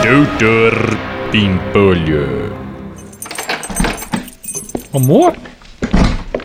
Doutor Pimpolho. Amor?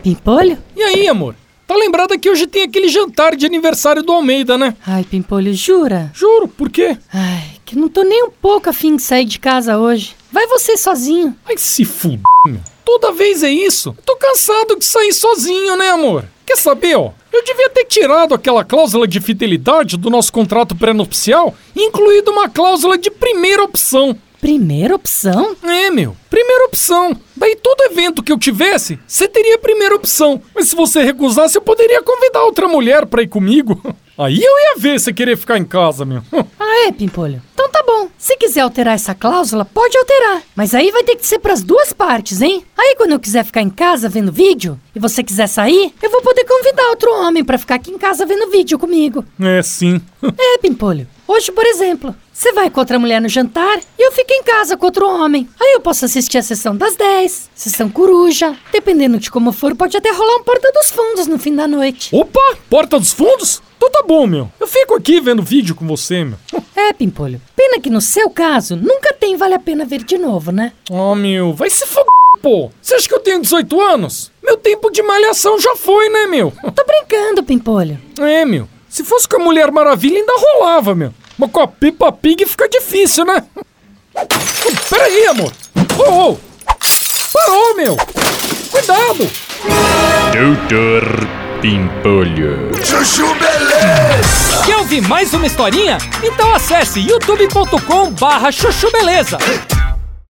Pimpolho? E aí, amor? Tá lembrada que hoje tem aquele jantar de aniversário do Almeida, né? Ai, Pimpolho, jura? Juro, por quê? Ai, que não tô nem um pouco afim de sair de casa hoje. Vai você sozinho. Ai, se fuder, meu. Toda vez é isso. Eu tô cansado de sair sozinho, né, amor? Quer saber, ó? Eu devia ter tirado aquela cláusula de fidelidade do nosso contrato pré-nupcial e incluído uma cláusula de primeira opção. Primeira opção? É, meu. Primeira opção. Daí todo evento que eu tivesse, você teria a primeira opção. Mas se você recusasse, eu poderia convidar outra mulher pra ir comigo. Aí eu ia ver você querer ficar em casa, meu. Ah, é, Pimpolho? Então tá bom. Se quiser alterar essa cláusula, pode alterar. Mas aí vai ter que ser pras duas partes, hein? Aí quando eu quiser ficar em casa vendo vídeo e você quiser sair, eu vou poder convidar outro homem pra ficar aqui em casa vendo vídeo comigo. É, sim. É, Pimpolho. Hoje, por exemplo, você vai com outra mulher no jantar e eu fico em casa com outro homem. Aí eu posso assistir a sessão das 10, sessão coruja. Dependendo de como for, pode até rolar um porta dos fundos no fim da noite. Opa, porta dos fundos? Então tá bom, meu. Eu fico aqui vendo vídeo com você, meu. É, Pimpolho. Pena que no seu caso, nunca tem vale a pena ver de novo, né? Ah, meu, vai se foder, pô. Você acha que eu tenho 18 anos? Meu tempo de malhação já foi, né, meu? Tô brincando, Pimpolho. É, meu. Se fosse com a Mulher Maravilha, ainda rolava, meu. Mas com a Pipa Pig fica difícil, né? Oh, Peraí, amor. Oh, oh. Parou, meu. Cuidado. Doutor Pimpolho. Chuchu Beleza! Quer ouvir mais uma historinha? Então acesse youtube.com barra chuchu beleza.